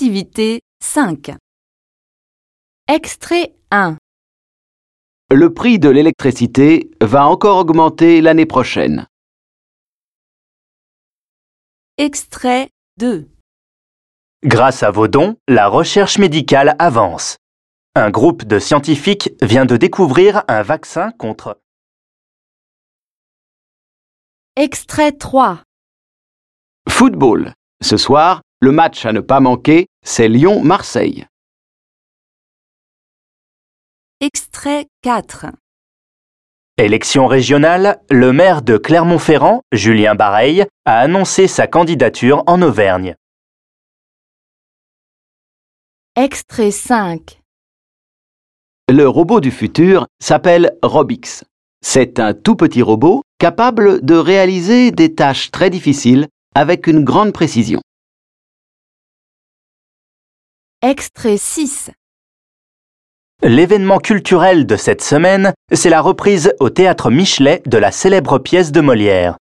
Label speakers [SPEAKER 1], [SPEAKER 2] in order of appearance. [SPEAKER 1] Activité 5. Extrait 1.
[SPEAKER 2] Le prix de l'électricité va encore augmenter l'année prochaine.
[SPEAKER 1] Extrait 2.
[SPEAKER 3] Grâce à vos dons, la recherche médicale avance. Un groupe de scientifiques vient de découvrir un vaccin contre...
[SPEAKER 1] Extrait 3.
[SPEAKER 2] Football. Ce soir, le match à ne pas manquer, c'est Lyon-Marseille.
[SPEAKER 1] Extrait 4.
[SPEAKER 3] Élection régionale, le maire de Clermont-Ferrand, Julien Bareil, a annoncé sa candidature en Auvergne.
[SPEAKER 1] Extrait 5.
[SPEAKER 2] Le robot du futur s'appelle Robix. C'est un tout petit robot capable de réaliser des tâches très difficiles avec une grande précision.
[SPEAKER 1] Extrait 6.
[SPEAKER 3] L'événement culturel de cette semaine, c'est la reprise au théâtre Michelet de la célèbre pièce de Molière.